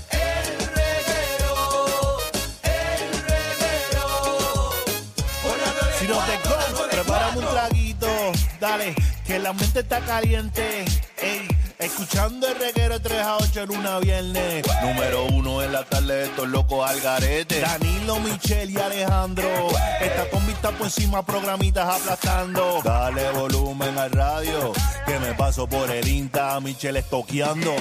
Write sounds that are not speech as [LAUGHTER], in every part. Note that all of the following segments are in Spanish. El reguero, el reguero, por la nueve Si no te cuatro, la comes, nueve prepárame un cuatro. traguito. Dale, que la mente está caliente. Ey, escuchando el reguero de 3 a 8 en una viernes. Número uno en la tarde de estos locos al garete. Danilo, Michelle y Alejandro. Esta combi está por encima, programitas aplastando. Dale volumen al radio, que me paso por el Insta, a Michelle estoqueando.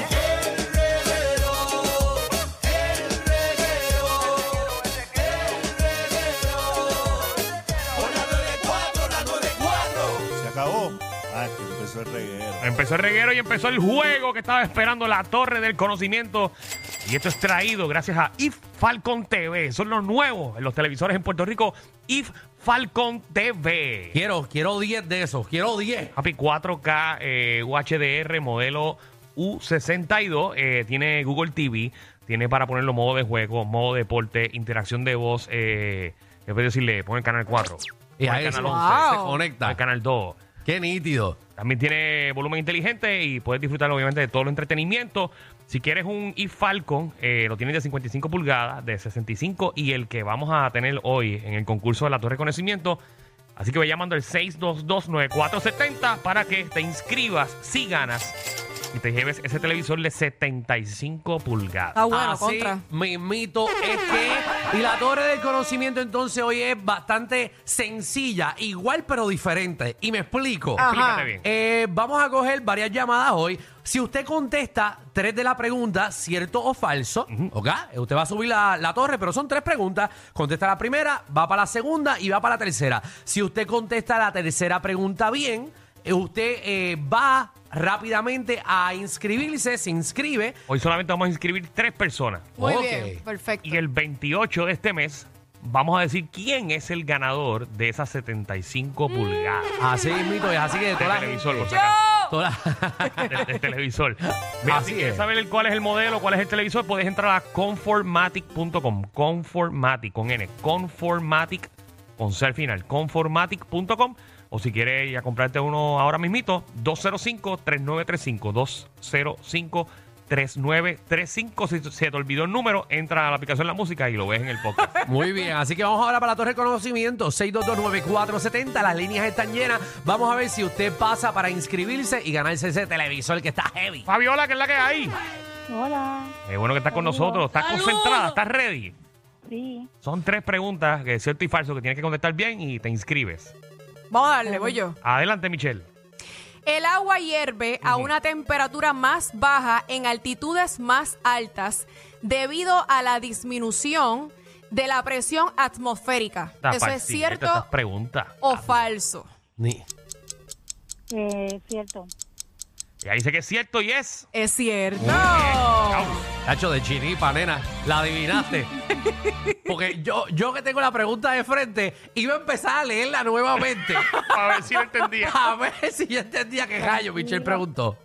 Por la nueve cuatro, la nueve cuatro. Se acabó. Ah, que empezó el reguero. Empezó el reguero y empezó el juego que estaba esperando la torre del conocimiento. Y esto es traído gracias a If Falcon TV. Son los nuevos en los televisores en Puerto Rico. If Falcon TV. Quiero, quiero 10 de esos, quiero 10. Happy 4K eh, UHDR modelo U62. eh, tiene Google TV. Tiene para ponerlo modo de juego, modo deporte, interacción de voz. Eh, es decirle, pon el canal 4. Y pon ahí el se, canal se 11. pon conecta. el canal 2. Qué nítido. También tiene volumen inteligente y puedes disfrutar obviamente de todo el entretenimiento. Si quieres un iFalcon, eh, lo tienes de 55 pulgadas, de 65 y el que vamos a tener hoy en el concurso de la Torre de Conocimiento. Así que voy llamando al 6229470 para que te inscribas si ganas y te lleves ese televisor de 75 pulgadas. Está bueno, Así contra. mismito es que. Y la torre del conocimiento entonces hoy es bastante sencilla, igual pero diferente. Y me explico. Explícate bien. Eh, vamos a coger varias llamadas hoy. Si usted contesta tres de la pregunta, cierto o falso, ¿ok? Usted va a subir la, la torre, pero son tres preguntas. Contesta la primera, va para la segunda y va para la tercera. Si usted contesta la tercera pregunta bien, eh, usted eh, va rápidamente a inscribirse, se inscribe. Hoy solamente vamos a inscribir tres personas. Muy Ok. bien, Eh, perfecto. Y el 28 de este mes vamos a decir quién es el ganador de esas Mm. 75 pulgadas. Así es, mito, es así que De toda la televisor, por gente- si acaso. toda la- [LAUGHS] Del- del televisor. Mira, Así si quieres es. saber el- cuál es el modelo, cuál es el televisor, puedes entrar a conformatic.com. Conformatic, con N. Conformatic, con C al final. Conformatic.com. O si quieres ya comprarte uno ahora mismito, 205-3935. 205-3935. Si se te olvidó el número, entra a la aplicación La Música y lo ves en el podcast. Muy bien, así que vamos ahora para la Torre del Conocimiento, 6229470, las líneas están llenas. Vamos a ver si usted pasa para inscribirse y ganarse ese televisor que está heavy. Fabiola, que es la que hay. Hola, Es bueno que estás con nosotros. Estás concentrada, estás ready. sí. Son tres preguntas, que es cierto y falso, que tienes que contestar bien y te inscribes. Vamos a darle, voy yo. Adelante, Michelle. El agua hierve a una temperatura más baja en altitudes más altas debido a la disminución de la presión atmosférica. Está ¿Eso es falsita, cierto Estas preguntas. o falso? Ni- Eh, cierto. Y ahí dice que es cierto y es. Es cierto. Oh. Tacho de chiripa, nena, la adivinaste. Porque yo, yo que tengo la pregunta de frente, iba a empezar a leerla nuevamente. A ver si lo entendía. A ver si yo entendía qué rayo Michelle preguntó.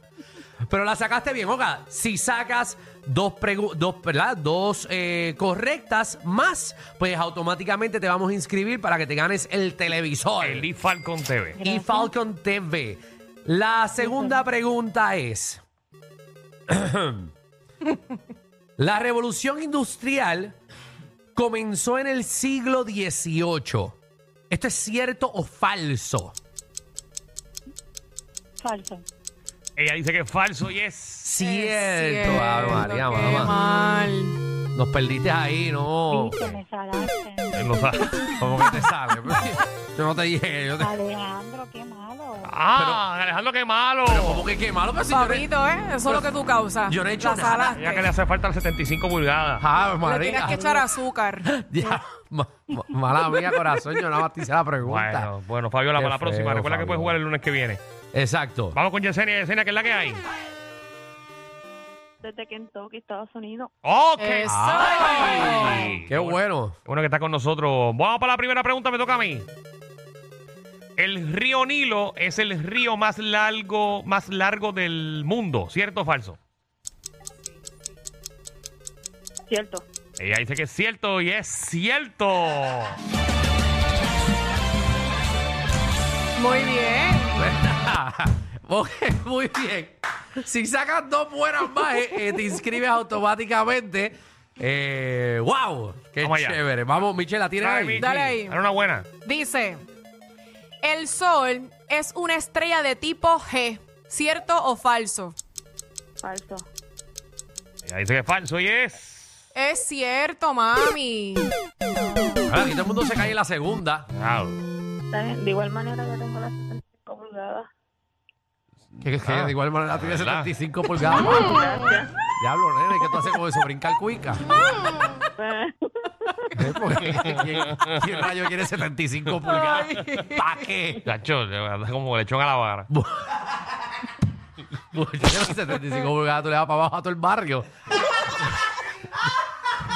Pero la sacaste bien, Oga. Si sacas dos, pregu- dos, ¿verdad? dos eh, correctas más, pues automáticamente te vamos a inscribir para que te ganes el televisor El Lee Falcon TV. y Falcon TV. La segunda pregunta es: [CLEARS THROAT] La revolución industrial comenzó en el siglo XVIII. ¿Esto es cierto o falso? Falso. [LAUGHS] Ella dice que es falso y es. Es Cierto, Ave María, qué mamá. mal. Nos perdiste ahí, no. Viste, me salaste. Él no sabe. ¿Cómo que te sale? pues. [LAUGHS] Yo no te dije. Yo te... Alejandro, qué malo. Ah, Alejandro, qué malo. ¿Cómo que qué malo? Pero si yo te- Papito, ¿eh? Eso es lo que tú causas. Yo no he hecho La nada. salaste. Ya que le hace falta las 75 pulgadas. Ah, Le tienes María. que echar azúcar. [LAUGHS] Ya, ma- ma- mala mía, corazón. Yo nada más te hice la pregunta. Bueno, bueno, Fabiola, Qué para la próxima. feo, Recuerda que puedes Fabiola. jugar el lunes que viene. Exacto. Vamos con Yesenia, Yesenia, que es la que hay. Desde Kentucky, Estados Unidos. ¡Ok! Este, Eso. Ay. Qué bueno. Qué bueno que está con nosotros. Vamos para la primera pregunta, me toca a mí. El río Nilo es el río más largo, más largo del mundo, ¿cierto o falso? Cierto. Ella dice que es cierto y es cierto. Muy bien. [LAUGHS] Ok, Muy bien. Si sacas dos buenas más, eh, eh, te inscribes automáticamente. Eh, ¡Wow! ¡Qué Vamos allá. chévere! Vamos, Michelle, tira Dale, ahí. Michi, Dale ahí. dale una buena. Dice, el Sol es una estrella de tipo G, ¿cierto o falso? Falso. Ella dice que es falso y es. Es cierto, mami. Ah, aquí todo el mundo se cae en la segunda. [LAUGHS] Wow. Está bien, De igual manera yo tengo las 75 pulgadas. Que, que Ah, de igual manera tiene ¿verdad? 75 pulgadas. Diablo, nene, ¿qué tú haces con eso? Brincar cuica. Eh, porque ¿Quién, quién rayo quiere 75 pulgadas? ¿Para qué? Gacho, de verdad, como lechón a la vara. Bueno, 75 pulgadas tú le das para abajo a todo el barrio.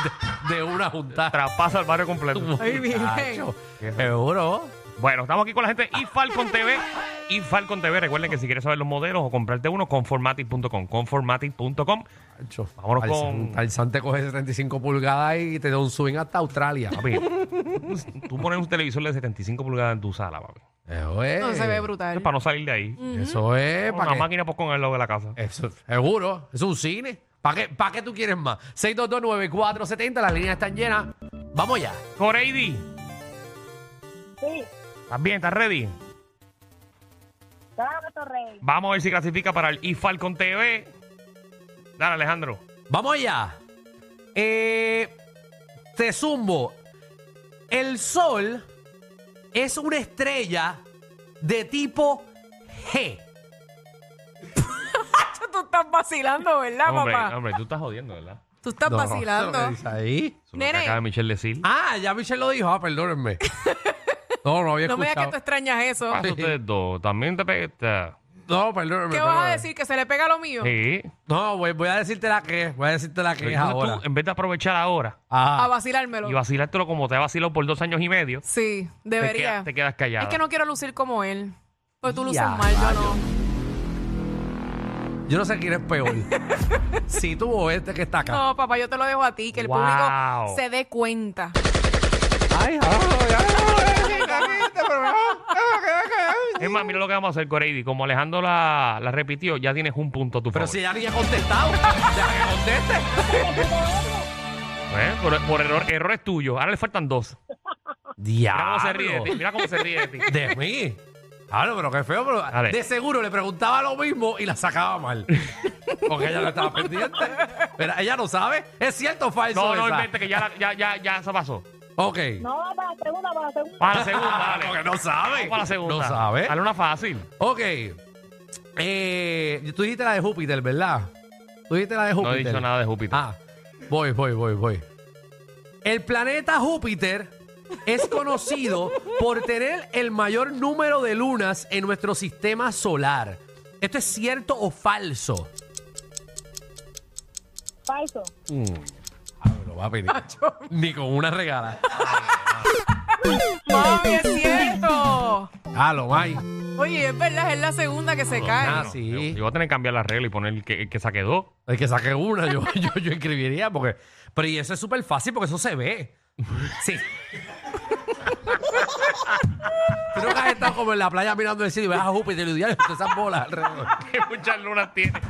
De, de una juntada. Traspasa el barrio completo. Ay, bien. Chacho, Seguro. Bueno, estamos aquí con la gente de eFalcon TV. eFalcon TV, recuerden que si quieres saber los modelos o comprarte uno, conformatic.com. Conformatic.com. Chacho, Vámonos al, con- al San te coge 75 pulgadas y te da un swing hasta Australia. Papi, tú pones un televisor de 75 pulgadas en tu sala, papi. Eso es. No se ve Eso brutal. es para no salir de ahí. Eso es. Una Mm. ¿Para qué? máquina pues con el lado de la casa. Eso, seguro. Es un cine. ¿Para qué, ¿Para qué tú quieres más? 6229470, las líneas están llenas. Vamos ya. Coreidi, [LAUGHS] Sí, ¿estás bien? ¿Estás ready? claro, Torrey. Vamos a ver si clasifica para el eFalcon TV. Dale, Alejandro. Vamos allá. Eh, te zumbo. El sol es una estrella de tipo G. Tú estás vacilando, Ah, ¿verdad, Hombre, papá? hombre, tú estás jodiendo, ¿verdad? Tú estás No, vacilando. ¿qué dice ahí? Eso es lo que Nene. acaba de Michelle decir. Ah, ya Michelle lo dijo. Ah, [LAUGHS] perdónenme. No, no había no me digas que tú escuchado. extrañas eso. Pasa ustedes dos. También te pegaste. No, perdónenme. ¿Qué vas a perdónenme. decir? ¿Que se le pega lo mío? Sí. No, voy, voy a decirte la que es. Voy a decirte la que es Entonces ahora. Ah, tú, Eh, en vez de aprovechar ahora A Ajá. vacilármelo. y vacilártelo como te ha vacilado por dos años y medio, Sí, te debería. quedas- te quedas callado. es que no quiero lucir como él. Pues tú luces Ya, mal, yo no. ah. Yo no sé quién es [LAUGHS] peor. si tú o este que está acá. No, papá, yo te lo dejo a ti, que el Wow. público se dé cuenta. Ay, Es más, mira lo que vamos a hacer, Corey. Como Alejandro la, la repitió, ya tienes un punto a tu Pero favor. si ya ni ha contestado, ya que conteste. ¿Eh? Por, por error, errores tuyos. Ahora le faltan dos. Mira cómo se ríe de ti. Diablo. Mira cómo se ríe [LAUGHS] de ti. De mí. Claro, pero qué feo, pero A ver. de seguro le preguntaba lo mismo y la sacaba mal. Porque ella no estaba pendiente. Pero ella no sabe. ¿Es cierto o falso? No, no, esa? invente que ya, la- ya, ya, ya se pasó. Ok. No, para la segunda, para la segunda. Para la [LAUGHS] segunda, Ah, dale. porque no sabe. Vamos para la segunda. No sabe. Dale una fácil. Ok. Eh, tú dijiste la de Júpiter, ¿verdad? Tú dijiste la de No Júpiter. he dicho nada de Júpiter. Ah, voy, voy, voy, voy. El planeta Júpiter es conocido por tener el mayor número de lunas en nuestro sistema solar. ¿Esto es cierto o falso? Falso. Ni con una regala. ¡Mami, es cierto! Ah, lo may. Oye, es verdad, es la segunda que se cae. Ah, Yo, sí. yo voy a tener que cambiar la regla y poner el que, el que se quedó. [LAUGHS] El que saque una, yo, [LAUGHS] yo, yo escribiría porque. Pero y eso es súper fácil porque eso se ve. Sí. Tú nunca has estado como en la playa mirando el cielo y ves a Júpiter y dices, "Ay, esas bolas alrededor. Que muchas lunas tiene.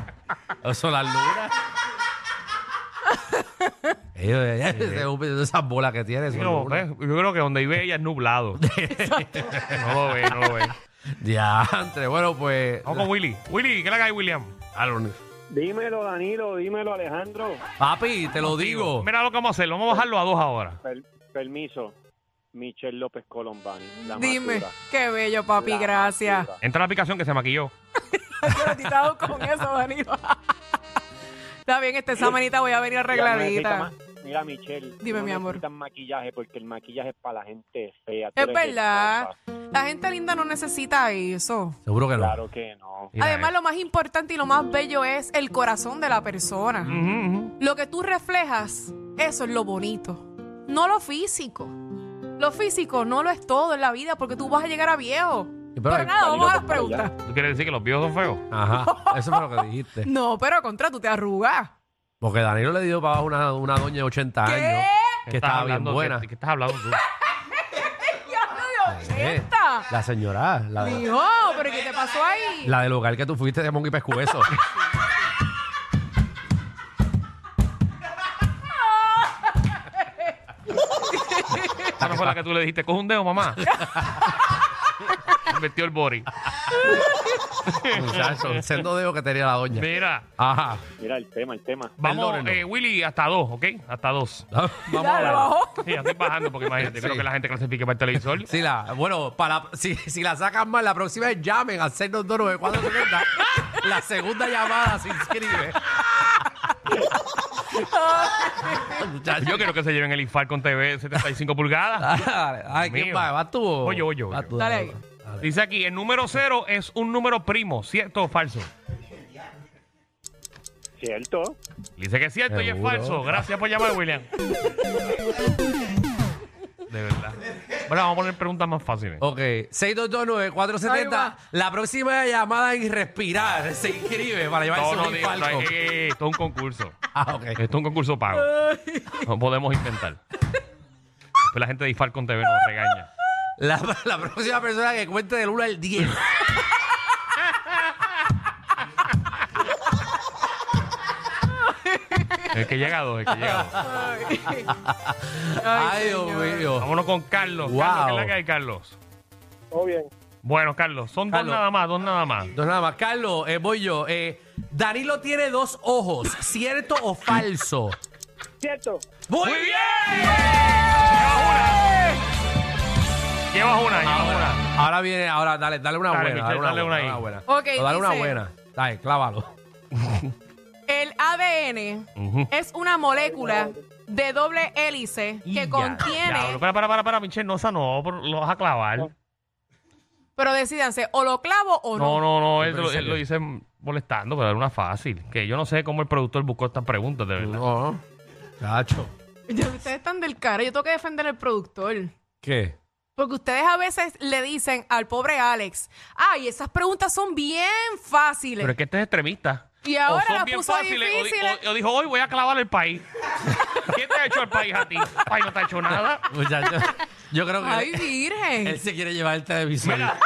Eso, las lunas. Ellos, ellas, ese Júpiter, todas esas bolas que tiene. son Yo, lunas. yo creo que donde vive ella es [LAUGHS] nublado. [LAUGHS] no lo ve, no lo ve. Diantre, bueno, pues. Vamos con Willy. Willy, ¿qué le cae, William? Claro, Dímelo, Danilo, dímelo, Alejandro. Papi, te lo digo. Mira lo que vamos a hacer, vamos a bajarlo a dos ahora. Per- permiso. Michelle López Colombani. La Dime, Matura. qué bello, papi, La gracias. Matura. Entra a la aplicación que se maquilló. Yo no te he dado con eso, Danilo. [LAUGHS] Está bien, esta semanita voy a venir Mira, no necesitas arregladita. ma- Mira, Michelle. Dime, no mi amor. necesitas maquillaje porque el maquillaje es para la gente fea. Tú Es eres verdad. hermosa. La gente linda no necesita eso. Seguro que no. Claro que no. Mira Además, eso. lo más importante y lo más bello es el corazón de la persona. Mm. Ujú, ujú. Lo que tú reflejas, eso es lo bonito. No lo físico. Lo físico no lo es todo en la vida porque tú vas a llegar a viejo. Y pero- Pero nada, vamos a las Danilo, para allá. preguntas. ¿Tú quieres decir que los viejos son feos? Ajá, eso fue lo que dijiste. No, pero contra, tú te arrugas. Porque Danilo le dio para abajo una, una doña de 80 ¿Qué? años. Que estaba bien hablando? buena. ¿Qué, qué estás hablando [LAUGHS] tú? ¡Ya lo de Eh, 80! la señora, la, Mijo, ¿pero qué te pasó ahí? la del hogar que tú fuiste de Monkey [LAUGHS] Pescuezo. Esa no fue la que tú le dijiste, coge un dedo, mamá. [LAUGHS] Invertió el body. Muchacho, el sendo dedo que tenía la doña. Mira, Ajá. Mira el tema, el tema. vamos, Perdónenlo. eh, Willy, hasta dos, ¿ok? Hasta dos. Vamos Ya, a lo ver. [LAUGHS] bajó. Sí, ya estoy bajando porque imagínate, Sí. creo que la gente clasifique para el televisor. Si la, bueno, para, si, si la sacan mal, la próxima es llamen al 6229470. la segunda llamada se inscribe. Muchacho. Yo quiero que se lleven el infar con TV 75 pulgadas. Ay, ¿quién mío. va? ¿Vas tú? o- Oye, oye, oye. vas tú, Dale Danilo? ahí. Dice aquí, el número cero es un número primo, ¿cierto o falso? ¿Cierto? Dice que es cierto y es Seguro. falso. Gracias por llamar, William. De verdad. Bueno, vamos a poner preguntas más fáciles. Ok, 6229470. La próxima llamada en respirar se inscribe para llevarse No, un no, digo, Falcon. no, eh, esto es un concurso. Ah, ok. Esto es un concurso pago. No podemos intentar. Después la gente de Falcon TV nos regaña. La, la próxima persona que cuente del 1 al 10. El que llega a dos, el que llega a dos. Ay, Dios mío. Vámonos con Carlos. Wow. Carlos, ¿qué es la que hay, Carlos? Todo bien. Bueno, Carlos, son Carlos. dos nada más, dos nada más. Entonces, nada más, Carlos, eh, voy yo. Eh, Danilo tiene dos ojos, ¿cierto o falso? ¿Cierto? ¡Muy ¡Muy bien! bien! Llevas una. Llevas una, llevas una. Ahora, ahora viene, ahora dale, dale una Dale, buena. Michelle, dale dale una una buena. ahí. buena. Ok, O dale una dice- buena. Dale, clávalo. El ADN Ujú. es una molécula de doble hélice Y ya, que contiene, Diablo, para, para, para, para, Michelle, no, esa no, pero lo vas a clavar. pero decidanse, o lo clavo o No, no, no. no, Yo él, lo- pensé él que- lo dice molestando, pero era una fácil. Que yo no sé cómo el productor buscó estas preguntas, de verdad. No, chacho. Ya, Ustedes están del cara, yo tengo que defender al productor. ¿Qué? Porque ustedes a veces le dicen al pobre Alex, ay, esas preguntas son bien fáciles. Pero es que este es extremista. Y ahora o son las bien puso fáciles, o di- difíciles. O, o dijo, hoy voy a clavar el país. ¿Quién te ha hecho el país a ti? Ay, no te ha hecho nada. [LAUGHS] Muchacho, yo creo que Ay, él, virgen. él se quiere llevar el televisor. [LAUGHS] Mira,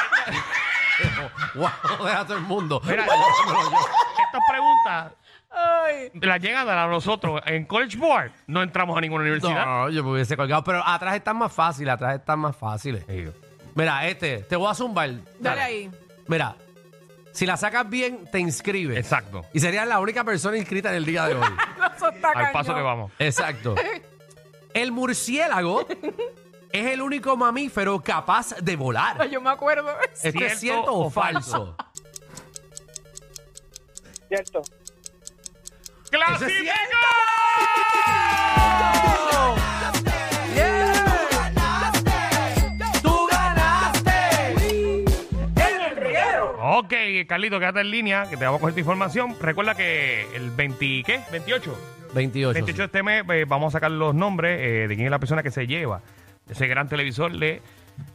wow, deja a todo el mundo. mira, estas preguntas Ay. las llegan a nosotros en College Board. No entramos a ninguna universidad. No, yo me hubiese colgado. Pero atrás están más fáciles, atrás están más fáciles. Mira, este, te voy a zumbar. Dale ahí. [LAUGHS] Mira, si la sacas bien, te inscribes. Exacto. Y serías la única persona inscrita en el día de [LAUGHS] hoy. Eso está Al paso cañón. que vamos. Exacto. El [LAUGHS] murciélago es el único mamífero capaz de volar. Ay, [LAUGHS] Yo me acuerdo. ¿Esto es ¿Cierto cierto o o falso? ¡Eso ¿Cierto? es ¡Clasifica! cierto! ¡Tú ganaste! Ok, Carlito, quédate en línea, que te vamos a coger tu información. Recuerda que el 20, ¿qué? 28. 28. 28 de este mes eh, vamos a sacar los nombres eh, de quién es la persona que se lleva ese gran televisor de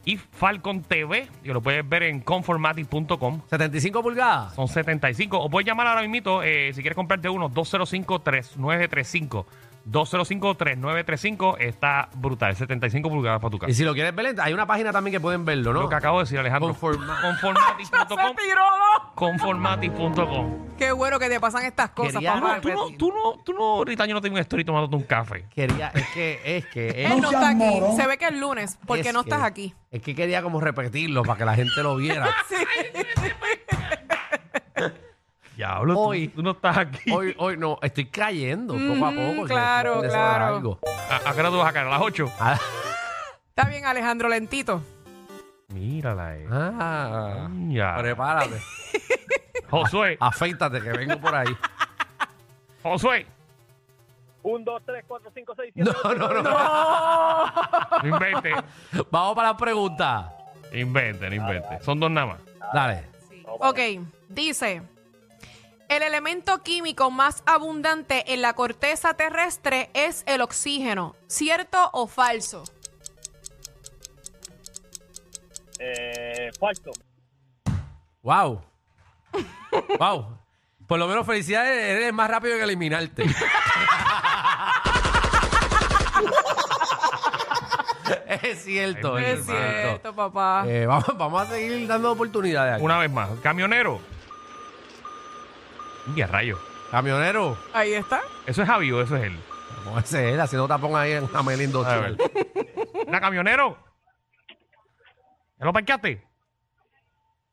y Falcon TV. Y lo puedes ver en conformatic.com. 75 pulgadas. Son 75. O puedes llamar ahora mismo eh, si quieres comprarte uno, 205-3935. 205-3935 está brutal, 75 pulgadas para tu casa. Y si lo quieres ver, hay una página también que pueden verlo, ¿no? Lo que acabo de decir, Alejandro. Conforma- [LAUGHS] Se Conformatic.com. tiró, ¿no? Conformatic.com. Qué bueno que te pasan estas cosas, Quería- Tú no, papá. tú no, tú no, tú no, ahorita yo no tengo una story tomándote un café. Quería, es que, es que. es- Él Eh, no está aquí. Se ve que es lunes, porque es no que- estás aquí. Es que quería [LAUGHS] como repetirlo para que la gente lo viera. Sí. Diablo, tú- Hoy. tú, no estás aquí. Hoy, hoy no, estoy cayendo poco a Mm, poco. claro, Yo- yo- claro. algo. ¿A, a qué hora tú vas a caer? ¿A las 8? Ah, Está bien, Alejandro Lentito. Mírala, eh. ah, Ya. prepárate. [LAUGHS] Josué, ah, Afeítate que vengo por ahí. Josué. 1, 2, 3, 4, 5, 6, 7. [LAUGHS] No, no, no. No invente. Vamos para las preguntas. invente, no invente. Son dos nada más. Dale. Ok, dice, el elemento químico más abundante en la corteza terrestre es el oxígeno, ¿cierto o falso? Eh, falso. Wow. Wow. Por lo menos felicidades, eres más rápido [LAUGHS] en eliminarte. es cierto, es, es cierto, papá. Eh, vamos, vamos a seguir dando oportunidades. aquí. Una vez más. Camionero. Y a rayo. Camionero, Ahí está. ¿Eso es Javi o eso es él? ¿cómo es él? Haciendo tapón ahí en Amel A Industrial. ver. ¿Una camionero? ¿Ya lo parqueaste?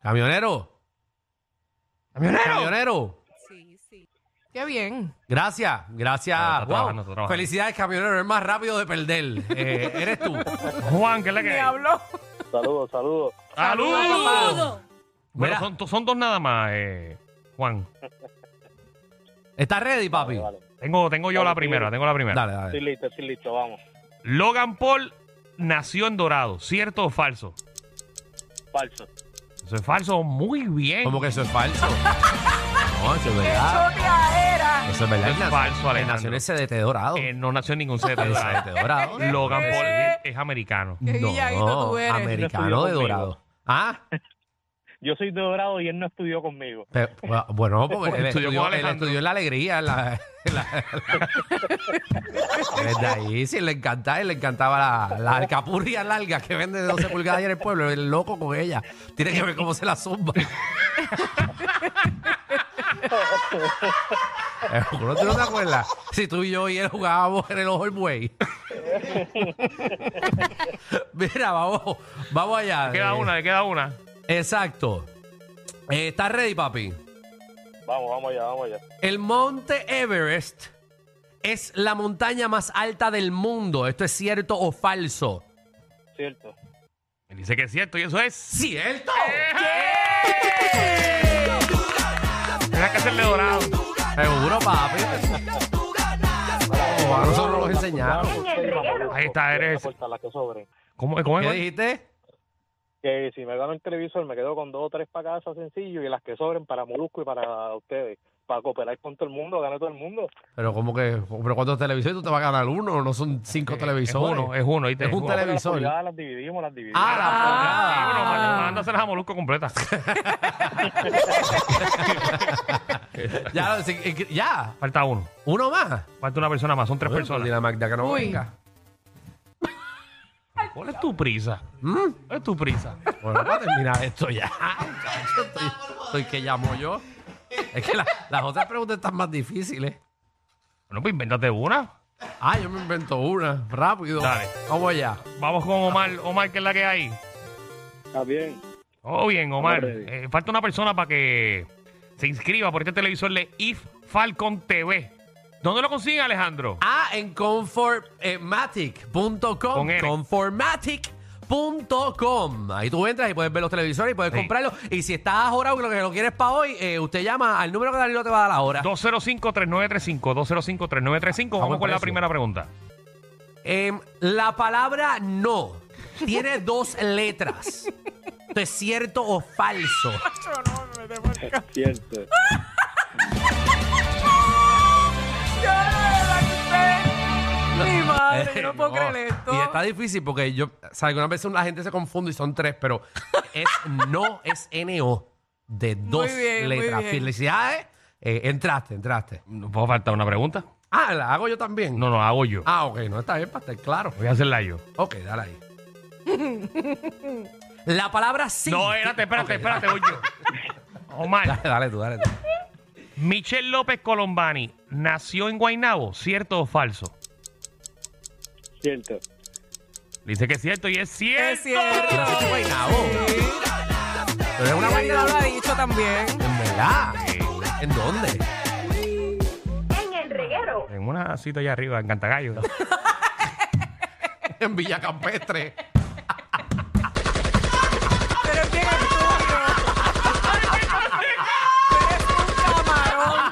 Camionero, ¡Camionero! camionero. Qué bien. Gracias, gracias. Ah, está Wow. trabajando, está trabajando. Felicidades, camionero. Eres más rápido de perder. Eh, eres tú. Juan, ¿qué es la que Me hay? habló. Saludos, saludos. ¡Saludos! Bueno, Mira. son, son dos nada más, eh, Juan. ¿Estás ready, papi? Vale, vale. Tengo, tengo yo Dale, la primera, dale. tengo la primera. Dale, Estoy dale. listo, estoy listo, vamos. Logan Paul nació en Dorado, ¿cierto o falso? Falso. Eso es falso, muy bien. ¿Cómo que eso es [LAUGHS] falso? No, eso es verdad. Chotea era. Eso es verdad. Eso es falso, En Alejandro. Naciones CDT dorado. Eh, no nació en ningún set de En Dorado. CDT dorado. Logan Paul es, es americano. Qué guilladito tú eres. americano de Conmigo. dorado. Ah, Yo soy de Dorado y él no estudió conmigo. pe- [LAUGHS] bueno, pues él Estudió con estudió, él Alejandro. estudió en la alegría. en la- en la- Desde ahí, sí, le encantaba, le encantaba la, la alcapurria larga que vende de 12 pulgadas allá en el pueblo. El loco con ella. Tiene que ver cómo se la zumba. [LAUGHS] Eh, ¿No te, no te acuerdas? Si tú y yo y él jugábamos en el ojo el buey. [LAUGHS] Mira, vamos, vamos allá. Le queda Eh, una, le queda una. Exacto. Eh, ¿Estás ready, papi? Vamos, vamos allá, vamos allá. El monte Everest es la montaña más alta del mundo. ¿Esto es cierto o falso? Cierto. Él dice que es cierto y eso es. ¡Cierto! Tienes que hacerle dorado. Seguro, papi. Oh, a nosotros nos enseñaron. En el reguero. Ahí está, La eres. puerta, la que sobre. ¿Cómo, cómo ¿Qué es? dijiste? Que si me gano el televisor, me quedo con dos o tres para casa sencillo y las que sobren para Molusco y para ustedes. Para cooperar con todo el mundo, ganar todo el mundo. Pero como que, pero ¿cuántos televisores tú te vas a ganar uno? No son cinco Eh, televisores. Es uno, es uno. ¿viste? Es un uno. televisor. Las Televisor. pulgadas las dividimos, las dividimos. Ah, la Sí, bueno, pulgada. manda- mándaselas a Molusco completa. ya, sí, eh, ya, Falta uno. uno más. Falta una persona más. Son tres Bueno, dile personas. a Magda que no Uy. venga. pues, ¿Cuál es tu prisa? ¿Mm? ¿Cuál es tu prisa? Bueno, para terminar esto ya. [LAUGHS] muchacho, Estoy, estoy que llamo yo. Es que la- las otras preguntas están más difíciles. Bueno, pues invéntate una. Ah, yo me invento una. Rápido. Dale. Vamos allá. Vamos con Omar. Omar, que es la que hay. Está bien. Oh, bien, Omar. Estamos ready. Eh, falta una persona para que se inscriba por este televisor de If Falcon TV. ¿Dónde lo consigue, Alejandro? Ah, en conformatic.com. Con N. Conformatic.com. Ahí tú entras y puedes ver los televisores y puedes Sí. comprarlo. Y si estás ahora o lo que lo quieres para hoy, eh, usted llama al número que Danilo te va a dar ahora. 205-3935, 205-3935. Vamos buen con la precio. primera pregunta. Em, la palabra no tiene dos [LAUGHS] letras. ¿Esto es cierto o falso? Cierto. Yo de verdad que [LAUGHS] usted- Mi madre, yo no puedo Eh, No, creer esto. Y está difícil porque yo, o sea, algunas veces la gente se confunde y son tres, pero es no, es NO de dos bien, muy letras. bien. Felicidades. Eh, entraste, entraste. ¿No puedo faltar una pregunta? Ah, la hago yo también. No, no, hago yo. Ah, ok, no está bien para estar claro. Voy a hacerla yo. Ok, dale ahí. la palabra sí. No, espérate, espérate, Ok, espérate, voy yo. [LAUGHS] Omar, Dale, dale tú, dale tú. Michelle López Colombani nació en Guaynabo, ¿cierto o falso? Cierto. Dice que es cierto y es cierto. Es cierto. Pero sí, Guaynabo. Pero es una Una vaina. lo ha dicho también. En verdad. Sí. ¿En dónde? [LAUGHS] En el reguero. En una cita allá arriba, en Cantagallo. en Villa Campestre. Pero es bien absurdo. Eres un camarón.